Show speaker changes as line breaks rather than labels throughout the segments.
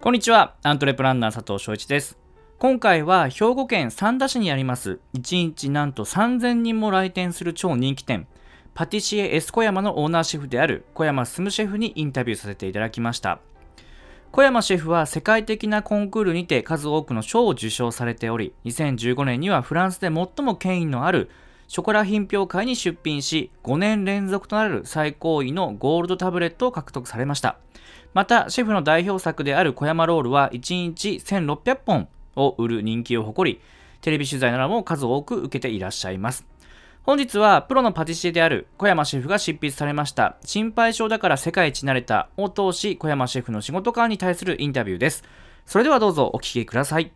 こんにちは、アントレプランナー佐藤翔一です。今回は兵庫県三田市にあります、1日なんと3000人も来店する超人気店、パティシエエス小山のオーナーシェフである小山進シェフにインタビューさせていただきました。小山シェフは世界的なコンクールにて数多くの賞を受賞されており、2015年にはフランスで最も権威のあるショコラ品評会に出品し、5年連続となる最高位のゴールドタブレットを獲得されました。またシェフの代表作である小山ロールは1日1600本を売る人気を誇りテレビ取材なども数多く受けていらっしゃいます本日はプロのパティシエである小山シェフが執筆されました「心配性だから世界一になれた」を通し小山シェフの仕事感に対するインタビューですそれではどうぞお聞きください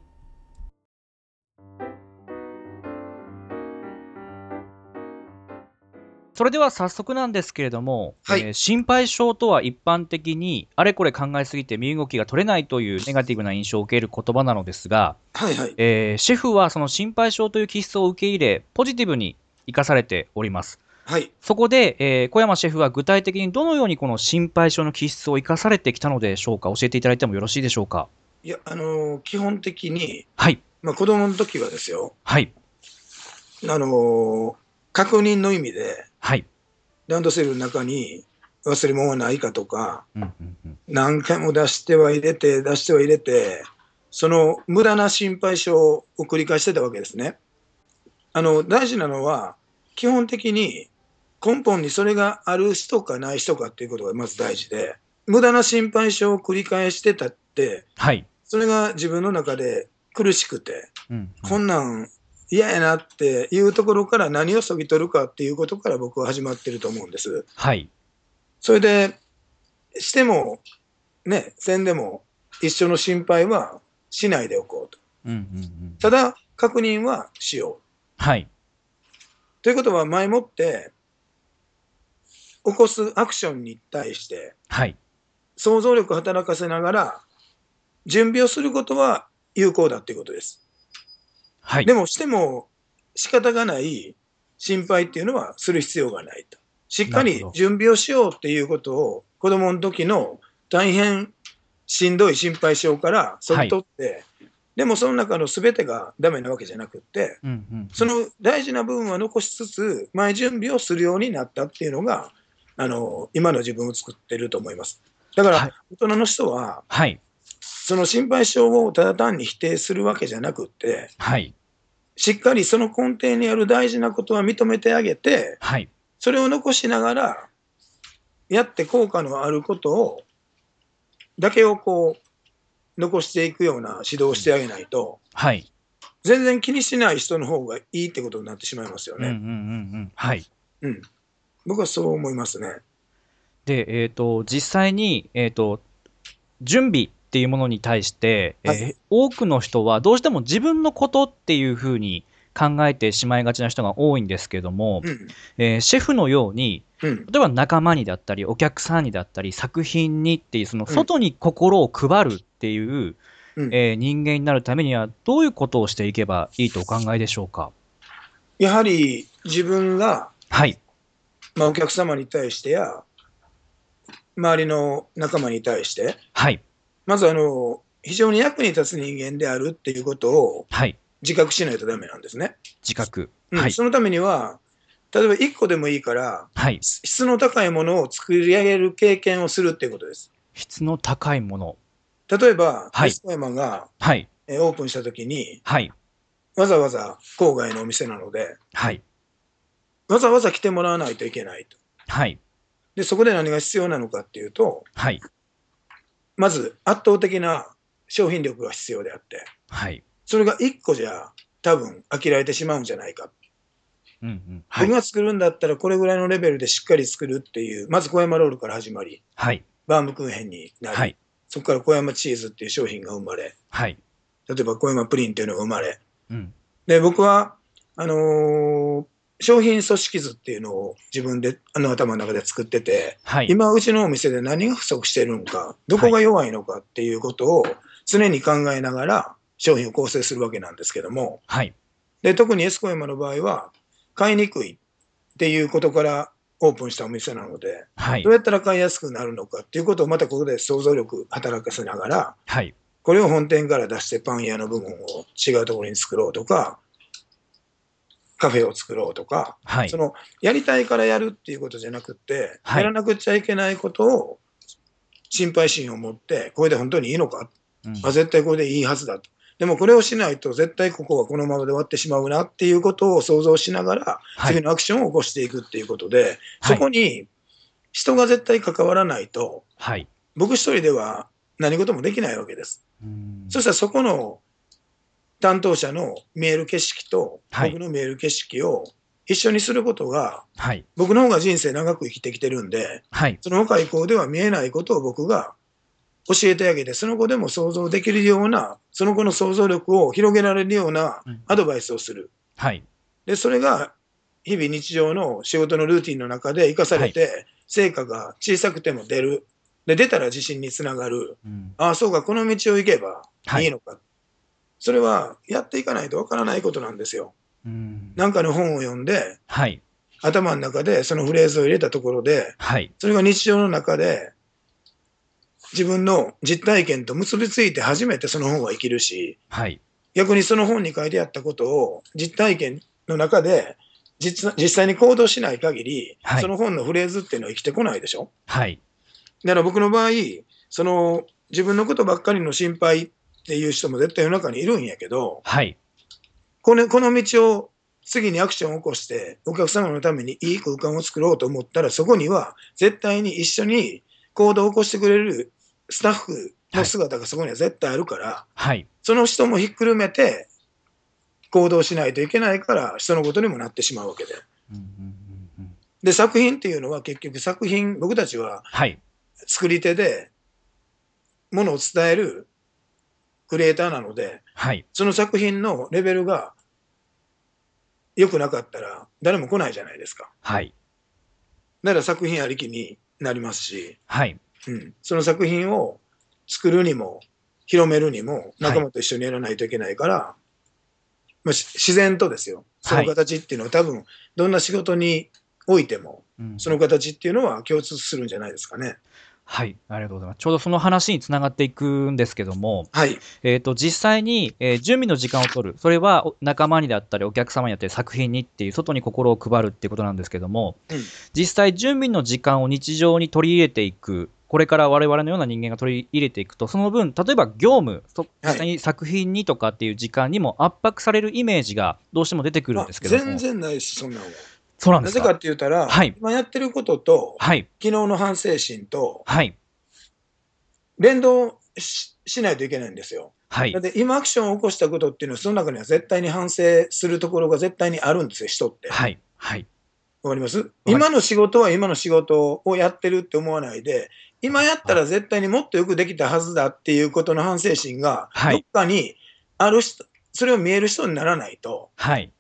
それでは早速なんですけれども、
はい
えー心配性とは一般的にあれこれ考えすぎて身動きが取れないというネガティブな印象を受ける言葉なのですが、
はいはい。
えーシェフはその心配性という気質を受け入れポジティブに生かされております
はい。
そこで、えー小山シェフは具体的にどのようにこの心配性の気質を生かされてきたのでしょうか教えていただいてもよろしいでしょうか
いや、あのー基本的に、
はい
まあ、子供の時はですよ、
はい
あのー確認の意味で、
はい
ランドセルの中に忘れ物はないかとか、
うんうんうん
何回も出しては入れて、出しては入れて、その無駄な心配性を繰り返してたわけですね。あの、大事なのは、基本的に根本にそれがある人かない人かっていうことがまず大事で、無駄な心配性を繰り返してたって、
はい
それが自分の中で苦しくて、
うん
こんなん嫌やなっていうところから何をそぎ取るかっていうことから僕は始まってると思うんです。
はい
それで、しても、ね、せんでも一緒の心配はしないでおこうと。
うんうんうん
ただ、確認はしよう。
はい
ということは前もって、起こすアクションに対して、
はい
想像力を働かせながら、準備をすることは有効だっていうことです。
はい
でもしても仕方がない心配っていうのはする必要がないと。しっか
な
り
るほど
準備をしようっていうことを子供の時の大変しんどい心配性からそぎ取って、でもその中の全てがダメなわけじゃなくって、
うんうんうん
その大事な部分は残しつつ前準備をするようになったっていうのが、あの、今の自分を作ってると思います。だか
はい
ら大人の人は
はい
その心配性をただ単に否定するわけじゃなくって、
はい
しっかりその根底にある大事なことは認めてあげて、
はい
それを残しながら、やって効果のあることを、だけをこう、残していくような指導をしてあげないと、
はい
全然気にしない人の方がいいってことになってしまいますよ
うんうんうん
ね。
うんはい
うん。僕はそう思いますね。
で、えー、と実際に、えー、と準備っていうものに対して、えー
はい
多くの人はどうしても自分のことっていうふうに考えてしまいがちな人が多いんですけども、
うん。
えーシェフのように
うん。
例えば仲間にだったりお客さんにだったり作品にっていうその
うん
外に心を配るっていう、
うん
えー人間になるためにはどういうことをしていけばいいとお考えでしょうか
やはり自分が、
はい
まあ、お客様に対してや、周りの仲間に対して、
はい
まずあの、非常に役に立つ人間であるっていうことを
はい
自覚しないとダメなんですね。
自覚
うん
はい
そのためには、例えば1個でもいいから、
はい
質質の高いものを作り上げる経験をするっていうことです。
質の高いもの
例えば、
はい
エスパイマンが
はい
えーオープンしたときに、
はい
わざわざ郊外のお店なので、
はい
わざわざ来てもらわないといけないと。
はい
で、そこで何が必要なのかっていうと、
はい
まず圧倒的な商品力が必要であって、
はい。
それが1個じゃ多分飽きられてしまうんじゃないか。
うんうん。はい
僕。が作るんだったらこれぐらいのレベルでしっかり作るっていう、まず小山ロールから始まり、
はい。
バームクーヘンになり、
はい。
そこから小山チーズっていう商品が生まれ、
はい。
例えば小山プリンっていうのが生まれ、
うん。
で、僕は、あのー商品組織図っていうのを自分で、あの頭の中で作ってて、
はい。
今、うちのお店で何が不足してるのか、どこが弱いのかっていうことを常に考えながら商品を構成するわけなんですけども、
はい。
で、特にエスコエマの場合は、買いにくいっていうことからオープンしたお店なので、
はい
どう。やったら買いやすくなるのかっていうことをまたここで想像力働かせながら、
はい。
これを本店から出してパン屋の部分を違うところに作ろうとか、カフェを作ろうとか、
はい
そ。のやりたいからやるっていうことじゃなくて、
はい
やらなくちゃいけないことを心配心を持って、これで本当にいいのか、
うん
あ絶対これでいいはずだと。でもこれをしないと絶対ここはこのままで終わってしまうなっていうことを想像しながら
はい
次。のアクションを起こしていくっていうことで、
は
そ
い
こに人が絶対関わらないと
はい。
僕一人では何事もできないわけです。
うん
そしたらそこの担当者の見える景色と
はい
僕の見える景色を一緒にすることが、
はい。
僕の方が人生長く生きてきてるんで、
はい。
その若い子では見えないことを僕が教えてあげて、その子でも想像できるような、その子の想像力を広げられるような
うん
アドバイスをする。
はい。
で、それが日々日常の仕事のルーティンの中で生かされて、成果が小さくても出る。で、出たら自信につながる。
うん
ああ、そうか、この道を行けば
はい
いいのか。それはやっていかないとわからないことなんですよ。
うん
なんかの本を読んで、
はい。
頭の中でそのフレーズを入れたところで、
はい。
それが日常の中で、自分の実体験と結びついて初めてその本は生きるし、
はい。
逆にその本に書いてあったことを実体験の中で実実際に行動しない限り、
はい
その本のフレーズっていうのは生きてこないでしょ
はい。
だから僕の場合、その自分のことばっかりの心配っていう人も絶対世の中にいるんやけど、
はい。
このこの道を次にアクションを起こして、お客様のためにいい空間を作ろうと思ったら、そこには絶対に一緒に行動を起こしてくれるスタッフの姿がそこには絶対あるから、
はい。
その人もひっくるめて行動しないといけないから、人のことにもなってしまうわけで。
うんうんうんうん
で、作品っていうのは結局作品、僕たちは
はい。
作り手で、ものを伝えるクリエイターなので、
はい。
その作品のレベルが良くなかったら誰も来ないじゃないですか。
はい。
だから作品ありきになりますし、
はい。
うん、その作品を作るにも広めるにも仲間と一緒にやらないといけないから、まあ、し自然とですよ。その形っていうのは多分どんな仕事においても
うん
その形っていうのは共通するんじゃないですかね。
はい。ありがとうございます。ちょうどその話につながっていくんですけども、
はい。
えっ、と、実際に、えー準備の時間を取る。それはお仲間にだったり、お客様にだったり、作品にっていう、外に心を配るっていうことなんですけども、
うん
実際準備の時間を日常に取り入れていく。これから我々のような人間が取り入れていくと、その分、例えば業務、そ実際に作品にとかっていう時間にも圧迫されるイメージがどうしても出てくるんですけど
まあ
も。
全然ないです、そんなのは。
そうなんで
な
す
ぜ
か
かって言ったら、
はい
今やってることと、
はい。
昨日の反省心と、
はい。
連動ししないといけないんですよ。
はい
だっ。て今アクションを起こしたことっていうのはその中には絶対に反省するところが絶対にあるんですよ、人って。わ
はい。はい。
かります
ります
今の仕事は今の仕事をやってるって思わないで、今やったら絶対にもっとよくできたはずだっていうことの反省心が、
はい
どっかにある人、それを見える人にならないと。
はい。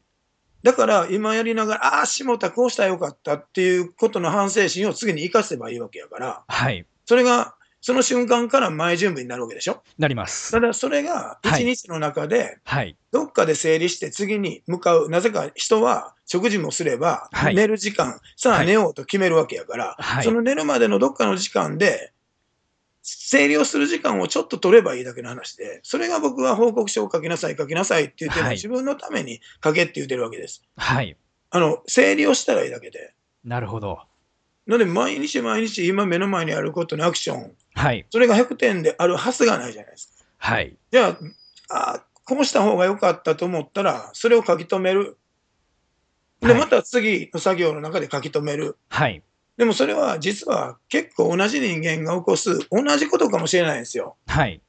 だから今やりながら、ああ、しもたこうしたらよかったっていうことの反省心を次に生かせばいいわけやから、
はい。
それが、その瞬間から前準備になるわけでしょ
なります。
ただそれが
は
一
い
日の中で、
はい。
どっかで整理して次に向かう、なぜか人は食事もすれば
はい、
寝る時間、さ
は
あ
い
寝ようと決めるわけやから、
はい
その寝るまでのどっかの時間で、整理をする時間をちょっと取ればいいだけの話で、それが僕は報告書を書きなさい、書きなさいって言ってるの
は
はい自分のために書けって言ってるわけです。
はい。
あの、整理をしたらいいだけで。
なるほど。
なので、毎日毎日今目の前にあることのアクション、
はい。
それが100点であるはずがないじゃないですか。
はい。
じゃあ、あこうした方が良かったと思ったら、それを書き留める。で、
はい
また次の作業の中で書き留める。
はい。
でもそれは実は結構同じ人間が起こす同じことかもしれないんですよ。
はい。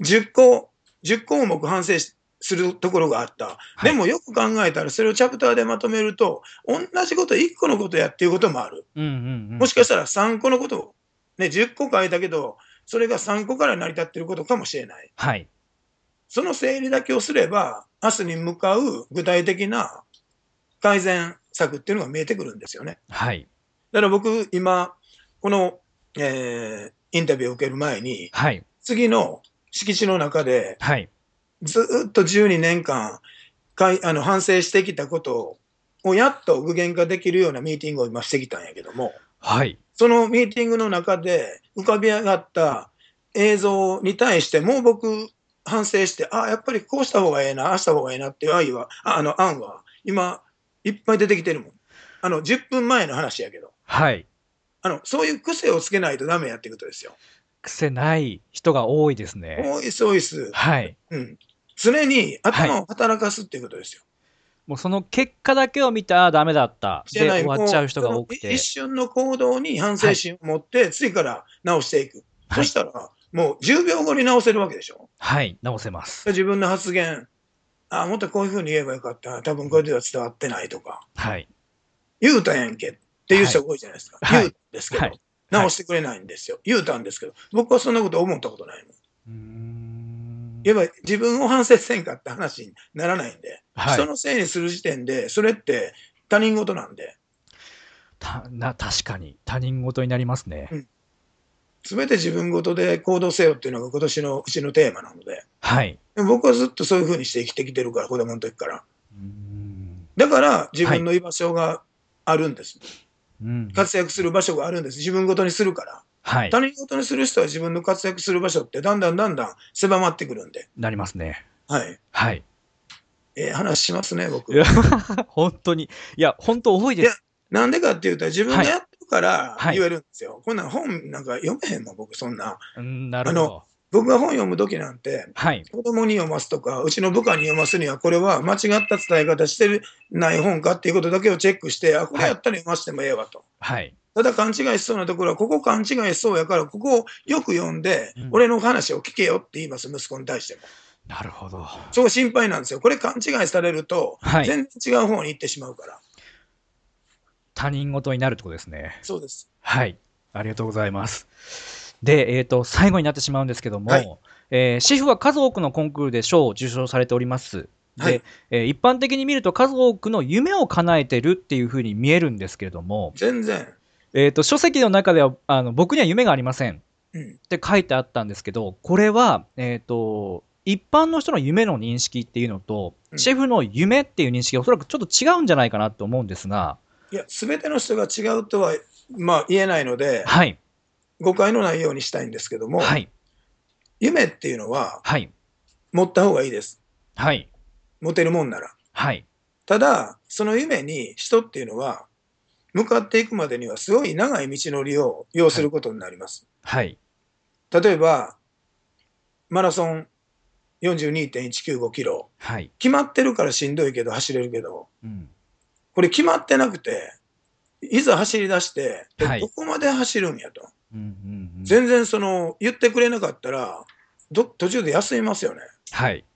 10個、10項目反省しするところがあった。
はい
でもよく考えたらそれをチャプターでまとめると、同じこと1個のことやっていうこともある。
うんうんうん。
もしかしたら3個のことを、ね、10個書いたけど、それが3個から成り立ってることかもしれない。
はい。
その整理だけをすれば、明日に向かう具体的な改善策っていうのが見えてくるんですよね。
はい。
だから僕、今、この、えーインタビューを受ける前に、
はい。
次の敷地の中で、
はい。
ずーっと12年間、かいあの反省してきたことををやっと具現化できるようなミーティングを今してきたんやけども、
はい。
そのミーティングの中で浮かび上がった映像に対して、もう僕、反省して、あやっぱりこうした方がええな、ああした方がええなっていう愛は、ああの案は、今、いっぱい出てきてるもん。あの、10分前の話やけど、
はい。
あの、そういう癖をつけないとダメやっていうことですよ。
癖ない人が多いですね。
多いです、多いです。
はい。
うん。常に頭を働かすっていうことですよ。
もうその結果だけを見たあダメだった。で、終わっちゃう人が多く
もう
て
一。瞬の行動に反省心を持って、次から直していく。
は
そ
い
し。たら、もう10秒後に直せるわけでしょ。
はい。直せます。
自分の発言、あもっとこういうふうに言えばよかった。多分これでは伝わってないとか、
はい。
言うたやんけっていう人が多いじゃないですか。
はい
言うたんですけど、
はい
直してくれないんですよ。言うたんですけど、僕はそんなこと思ったことないもん。
うーん
言えば自分を反省せんかって話にならないんで、
はい
人のせいにする時点で、それって他人事なんで、
たな確かに他人事になりますね。
すべて自分事で行動せよっていうのが今年のうちのテーマなので、
はい。
でも僕はずっとそういうふうにして生きてきてるから、子供の時から。
うーん
だから自分の居場所があるんです。
うん
活躍する場所があるんです。自分ごとにするから。
はい。
他人ごとにする人は自分の活躍する場所ってだんだんだんだん狭まってくるんで。
なりますね。
はい。
はい。
ええ話しますね、僕
い。や本当に。いや、本当多いです。
なんでかっていうと、自分がやってるから
はい
言えるんですよ。こんなん本なんか読めへんもん、僕、そんな。
うんなるほど。
僕が本読む時なんて、
はい。
子供に読ますとか、うちの部下に読ますには、これは間違った伝え方してない本かっていうことだけをチェックして、あ、これやったら読ませてもええわと。
はい。
ただ勘違いしそうなところは、ここ勘違いしそうやから、ここをよく読んで、
うん
俺の話を聞けよって言います、息子に対しても。
なるほど。は
そこ心配なんですよ。これ勘違いされると、
い。
全然違う方に行ってしまうから。
他人事になるってことですね。
そうです。
はい。ありがとうございます。で、えっ、と、最後になってしまうんですけども、
はい
えーシェフは数多くのコンクールで賞を受賞されております。で、
はい
えー一般的に見ると数多くの夢を叶えてるっていうふうに見えるんですけれども、
全然。
えっ、と、書籍の中では、あの、僕には夢がありません。
うん。
って書いてあったんですけど、これは、えっ、と、一般の人の夢の認識っていうのと、
うん
シェフの夢っていう認識がおそらくちょっと違うんじゃないかなと思うんですが、
いや、すべての人が違うとは、まあ、言えないので、
はい、
誤解のないようにしたいんですけども、
はい、
夢っていうのは、
はい、
持った方がいいです。
はい、
持てるもんなら。
はい、
ただ、その夢に人っていうのは、向かっていくまでにはすごい長い道のりを要することになります。
はい、
例えば、マラソン42.195キロ、
はい、
決まってるからしんどいけど走れるけど、
うん、
これ決まってなくて、いざ走り出して、で
はい
どこまで走るんやと、
うん、うん、うん
全然その言ってくれなかったらど、途中で休みますよね、
はい、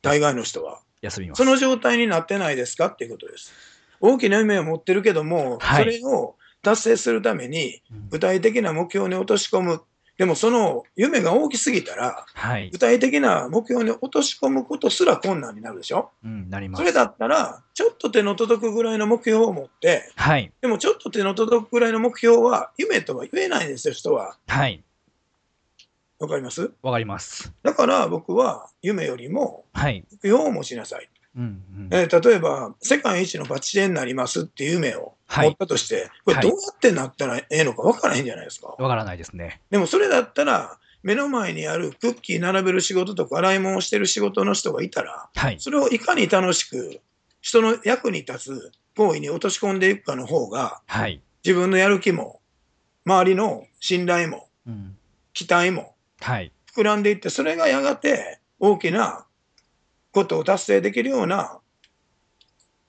大概の人は。
休みます。
その状態になってないですかっていうことです。大きな夢を持ってるけども、
はい
それを達成するために、具体的な目標に落とし込む、でもその夢が大きすぎたら、
はい
具、体的な目標に落とし込むことすら困難になるでしょ
うん、なりま
そ
す。
れだったら、ちょっと手の届くぐらいの目標を持って、
はい、
でもちょっと手の届くぐらいの目標は夢とは言えないんですよ、人は。
はい、
わかります
わかります。
だから僕は夢よりも
はい、
目標を持ちなさい。
うん、うん、
えー例えば、世界一のパティシエになりますっていう夢を
は
持
い
っ、たとして、こ
は
れ
い
どうやってなったらええのかわからへんじゃないですか。
わからないですね。
でもそれだったら、目の前にあるクッキー並べる仕事とか洗い物をしてる仕事の人がいたら、
はい、
それをいかに楽しく、人の役に立つ行為に落とし込んでいくかの方が、
はい、
自分のやる気も、周りの信頼も、
うん、
期待も
はい、
膨らんでいって、それがやがて大きなことを達成できるような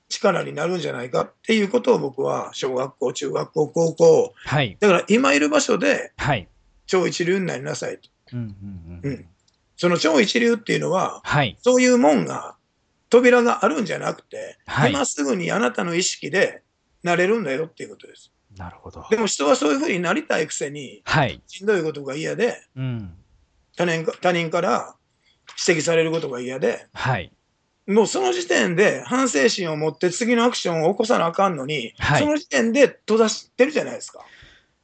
力になるんじゃないかっていうことを僕は小学校、中学校、高校、
はい、
だから今いる場所で
はい、
超一流になりなさいと。
うん、うん、う
うんん、その超一流っていうのは、
はい、
そういうもんが、扉があるんじゃなくて、
はい
今すぐにあなたの意識でなれるんだよっていうことです。
なるほど。
でも人はそういうふうになりたいくせに、
はい、
しんどいことが嫌で、
うん、
他人か他人から指摘されることが嫌で、
はい、
もうその時点で反省心を持って次のアクションを起こさなあかんのに、
はい
その時点で閉ざしてるじゃないですか。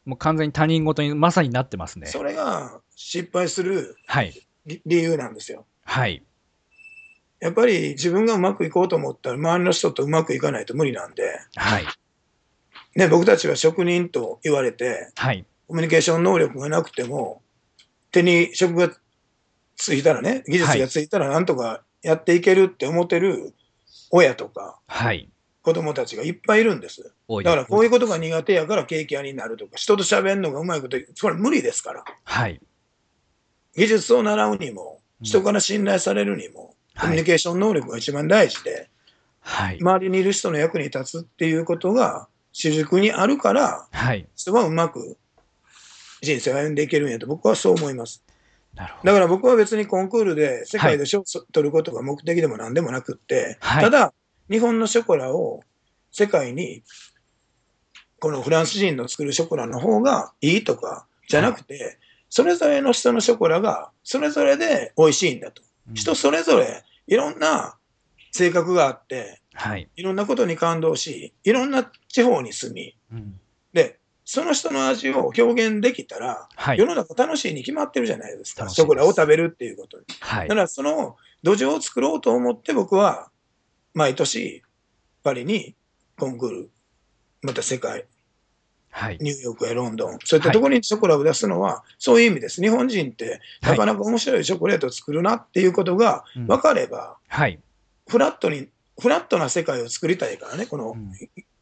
もう完全に他人事にまさになってますね。
それが失敗する
はい。
理理由なんですよ。
はい。
やっぱり自分がうまくいこうと思ったら、周りの人とうまくいかないと無理なんで、
はい。
ね、僕たちは職人と言われて、
はい。
コミュニケーション能力がなくても、手に職がついたらね、技術がついたらなんとかやっていけるって思ってる親とか
はい。
子供たちがいっぱいいるんです。
多いで
だ
す
からこういうことが苦手やからケーキ屋になるとか、人と喋るのがうまいこと、それ無理ですから。
はい。
技術を習うにも、人から信頼されるにも、コ
は
ミュニ
い。
ケーション能力が一番大事で、
はい。
周りにいる人の役に立つっていうことが主軸にあるから、
はい。
人はうまく人生を歩んでいけるんやと僕はそう思います。
なるほど。
だから僕は別にコンクールで世
は
界
い
で賞を取ることが目的でも何でもなくって、
はい
ただ、日本のショコラを世界に、このフランス人の作るショコラの方がいいとかじゃなくて、それぞれの人のショコラがそれぞれで美味しいんだと。
うん
人それぞれいろんな性格があって、
はい。
いろんなことに感動し、いろんな地方に住み、
うん
で、その人の味を表現できたら、
はい
世。の中楽しいに決まってるじゃないですか。
楽しい
シ
です
ョコラを食べるっていうことに。
は
だ
い
か。らその土壌を作ろうと思って僕は毎年パリにコンクール、また世界、
はい。
ニューヨークやロンドン、そういったところにショコラを出すのは、そういう意味です。日本人って
は
ないかなか面白いチョコレートを作るなっていうことが
うん
分かれば、
はい。
フラットに、フラットな世界を作りたいからね、この
うん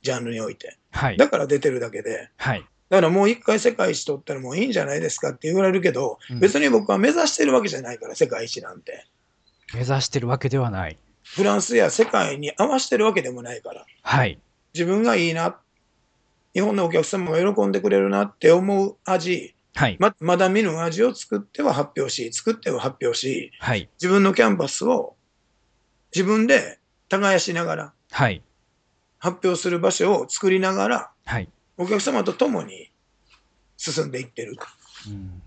ジャンルにおいて。
はい。
だから出てるだけで。
はい。
だからもう一回世界一取ったらもういいんじゃないですかって言われるけど、
うん
別に僕は目指してるわけじゃないから、世界一なんて。
目指してるわけではない。
フランスや世界に合わせてるわけでもないから、
はい。
自分がいいな、日本のお客様が喜んでくれるなって思う味、
はい。
ままだ見ぬ味を作っては発表し、作っては発表し、
はい。
自分のキャンバスを自分で耕しながら、
はい。
発表する場所を作りながら、
はい。
お客様と共に進んでいってる。
うん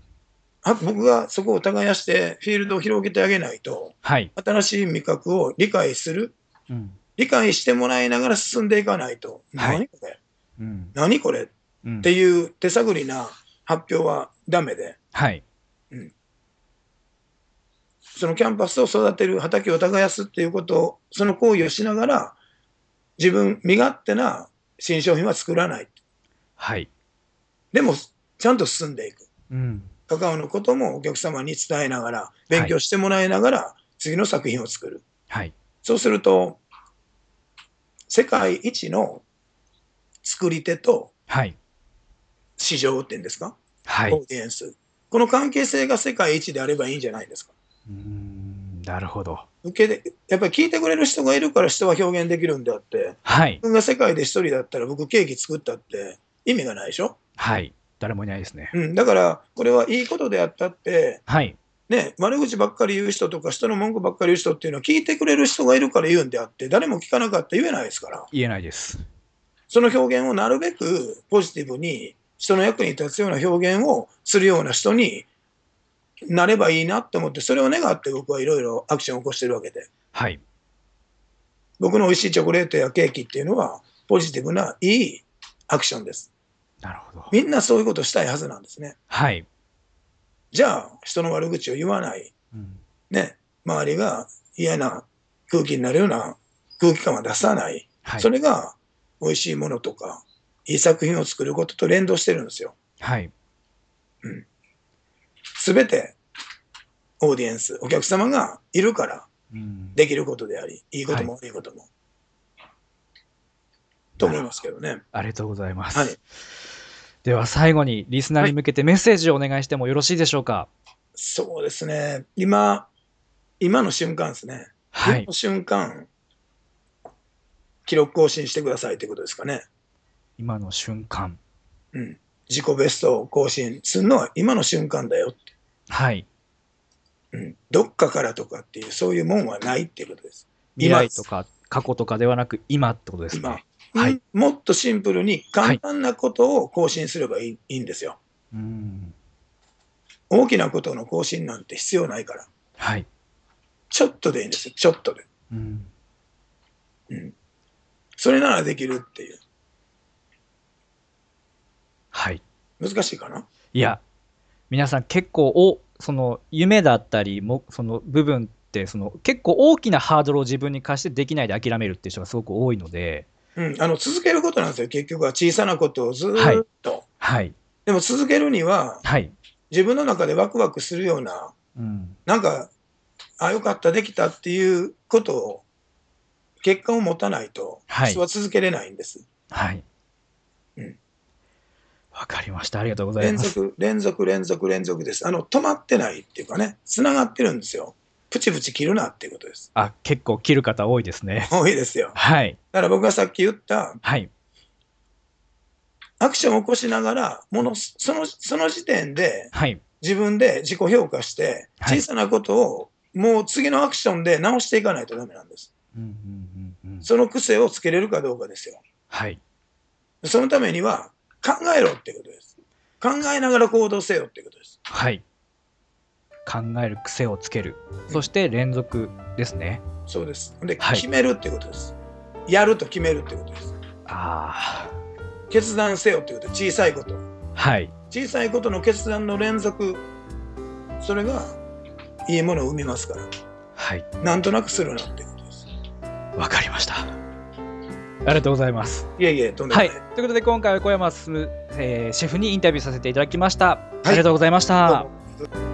は僕がそこを耕してフィールドを広げてあげないと、
はい。
新しい味覚を理解する、
うん。
理解してもらいながら進んでいかないと、
はい
何これ、
うん。
何これっ
うん
ていう手探りな発表はダメで、
はい。
そのキャンパスを育てる、畑を耕すっていうことを、その行為をしながら、自分身勝手な新商品は作らない。
はい。
でも、ちゃんと進んでいく。
うん。
カカオのこともお客様に伝えながら、勉強してもらいながら、次の作品を作る。
はい。
そうすると、世界一の作り手と
はい。
市場っていうんですか、
は
オ
い。
ーディエンス。この関係性が世界一であればいいんじゃないですか。
うん。なるほど。
受けでやっぱり聞いてくれる人がいるから人は表現できるんであって、
はい。
僕が世界で一人だったら僕ケーキ作ったって意味がないでしょ、
はい。誰もいないですね。
うん、だからこれはいいことであったって、
はい。
ね、悪口ばっかり言う人とか人の文句ばっかり言う人っていうのは聞いてくれる人がいるから言うんであって、誰も聞かなかったら言えないですから、
言えないです。
その表現をなるべくポジティブに人の役に立つような表現をするような人になればいいなと思って、それを願って僕はいろいろアクションを起こしてるわけで。
はい。
僕の美味しいチョコレートやケーキっていうのは、ポジティブないいアクションです。
なるほど。
みんなそういうことしたいはずなんですね。
はい。
じゃあ、人の悪口を言わない、
うん
ね、周りが嫌な空気になるような空気感は出さない、
はい
そ。れが美味しいものとか、いい作品を作ることと連動してるんですよ。
はい。
すべてオーディエンス、お客様がいるから
うん
できることであり、いいことも悪いことも。と思いますけどね。
ありがとうございます。
はい
では最後にリスナーに向けてメッセージをお願いしてもよろしいでしょうか。
そうですね、今、今の瞬間ですね、
は
今
い
の。瞬間、記録更新してくださいということですかね、
今の瞬間。
うん、自己ベストを更新するのは今の瞬間だよ、
はい。
うん、どっかからとかっていう、そういうもんはないっていうことです、
未
今
来とか過去とかではなく今ってことです
今
ね。、はい
うんもっとシンプルに簡単なことを更新すればいい,、い、いんですよ、
うん。
大きなことの更新なんて必要ないから、
はい。
ちょっとでいいんですよ、ちょっとで、
うん。
うん、それならできるっていう、
はい。
難しいかな。
いや、皆さん結構お、その夢だったりも、その部分ってその結構大きなハードルを自分に課してできないで諦めるっていう人がすごく多いので、
うん、あの続けることなんですよ、結局は小さなことをずーっと、
はい、
でも続けるには、
はい、
自分の中でワクワクするような、
うん、
なんか、あよかった、できたっていうことを、結果を持たないと、
はい
人は続けれないんです。
はい。
うん
わかりました。ありがとうござい
連
ます。
続、連続、連続、連続です。あの止まってないっていうかね、つながってるんですよ。プチプチ切るなっていうことです。
あ、結構切る方多いですね。
多いですよ。
はい、
だから僕がさっき言った、
はい、
アクションを起こしながら、ものすそのその時点で
はい、
自分で自己評価して、
はい
小さなことをもう次のアクションで直していかないとダメなんです。
うんうんうんうん、
その癖をつけれるかどうかですよ。
はい、
そのためには考えろっていうことです。考えながら行動せよっていうことです。
はい。考える癖をつける。そして連続ですね。
そうです。で、
はい
決めるっていうことです。やると決めるっていうことです。
あ
決断せよっていうこと、小さいこと。
あ、はい、
小さいことの決断の連続、それがいいものを生みますから、
はい、
なんとなくするなっていうことです。
わかりました。ありがとうございます。
いえいえ、とんでも
は
ない。
い、ということで今回は小山進、えーシェフにインタビューさせていただきました。ありがとうございました。
どうも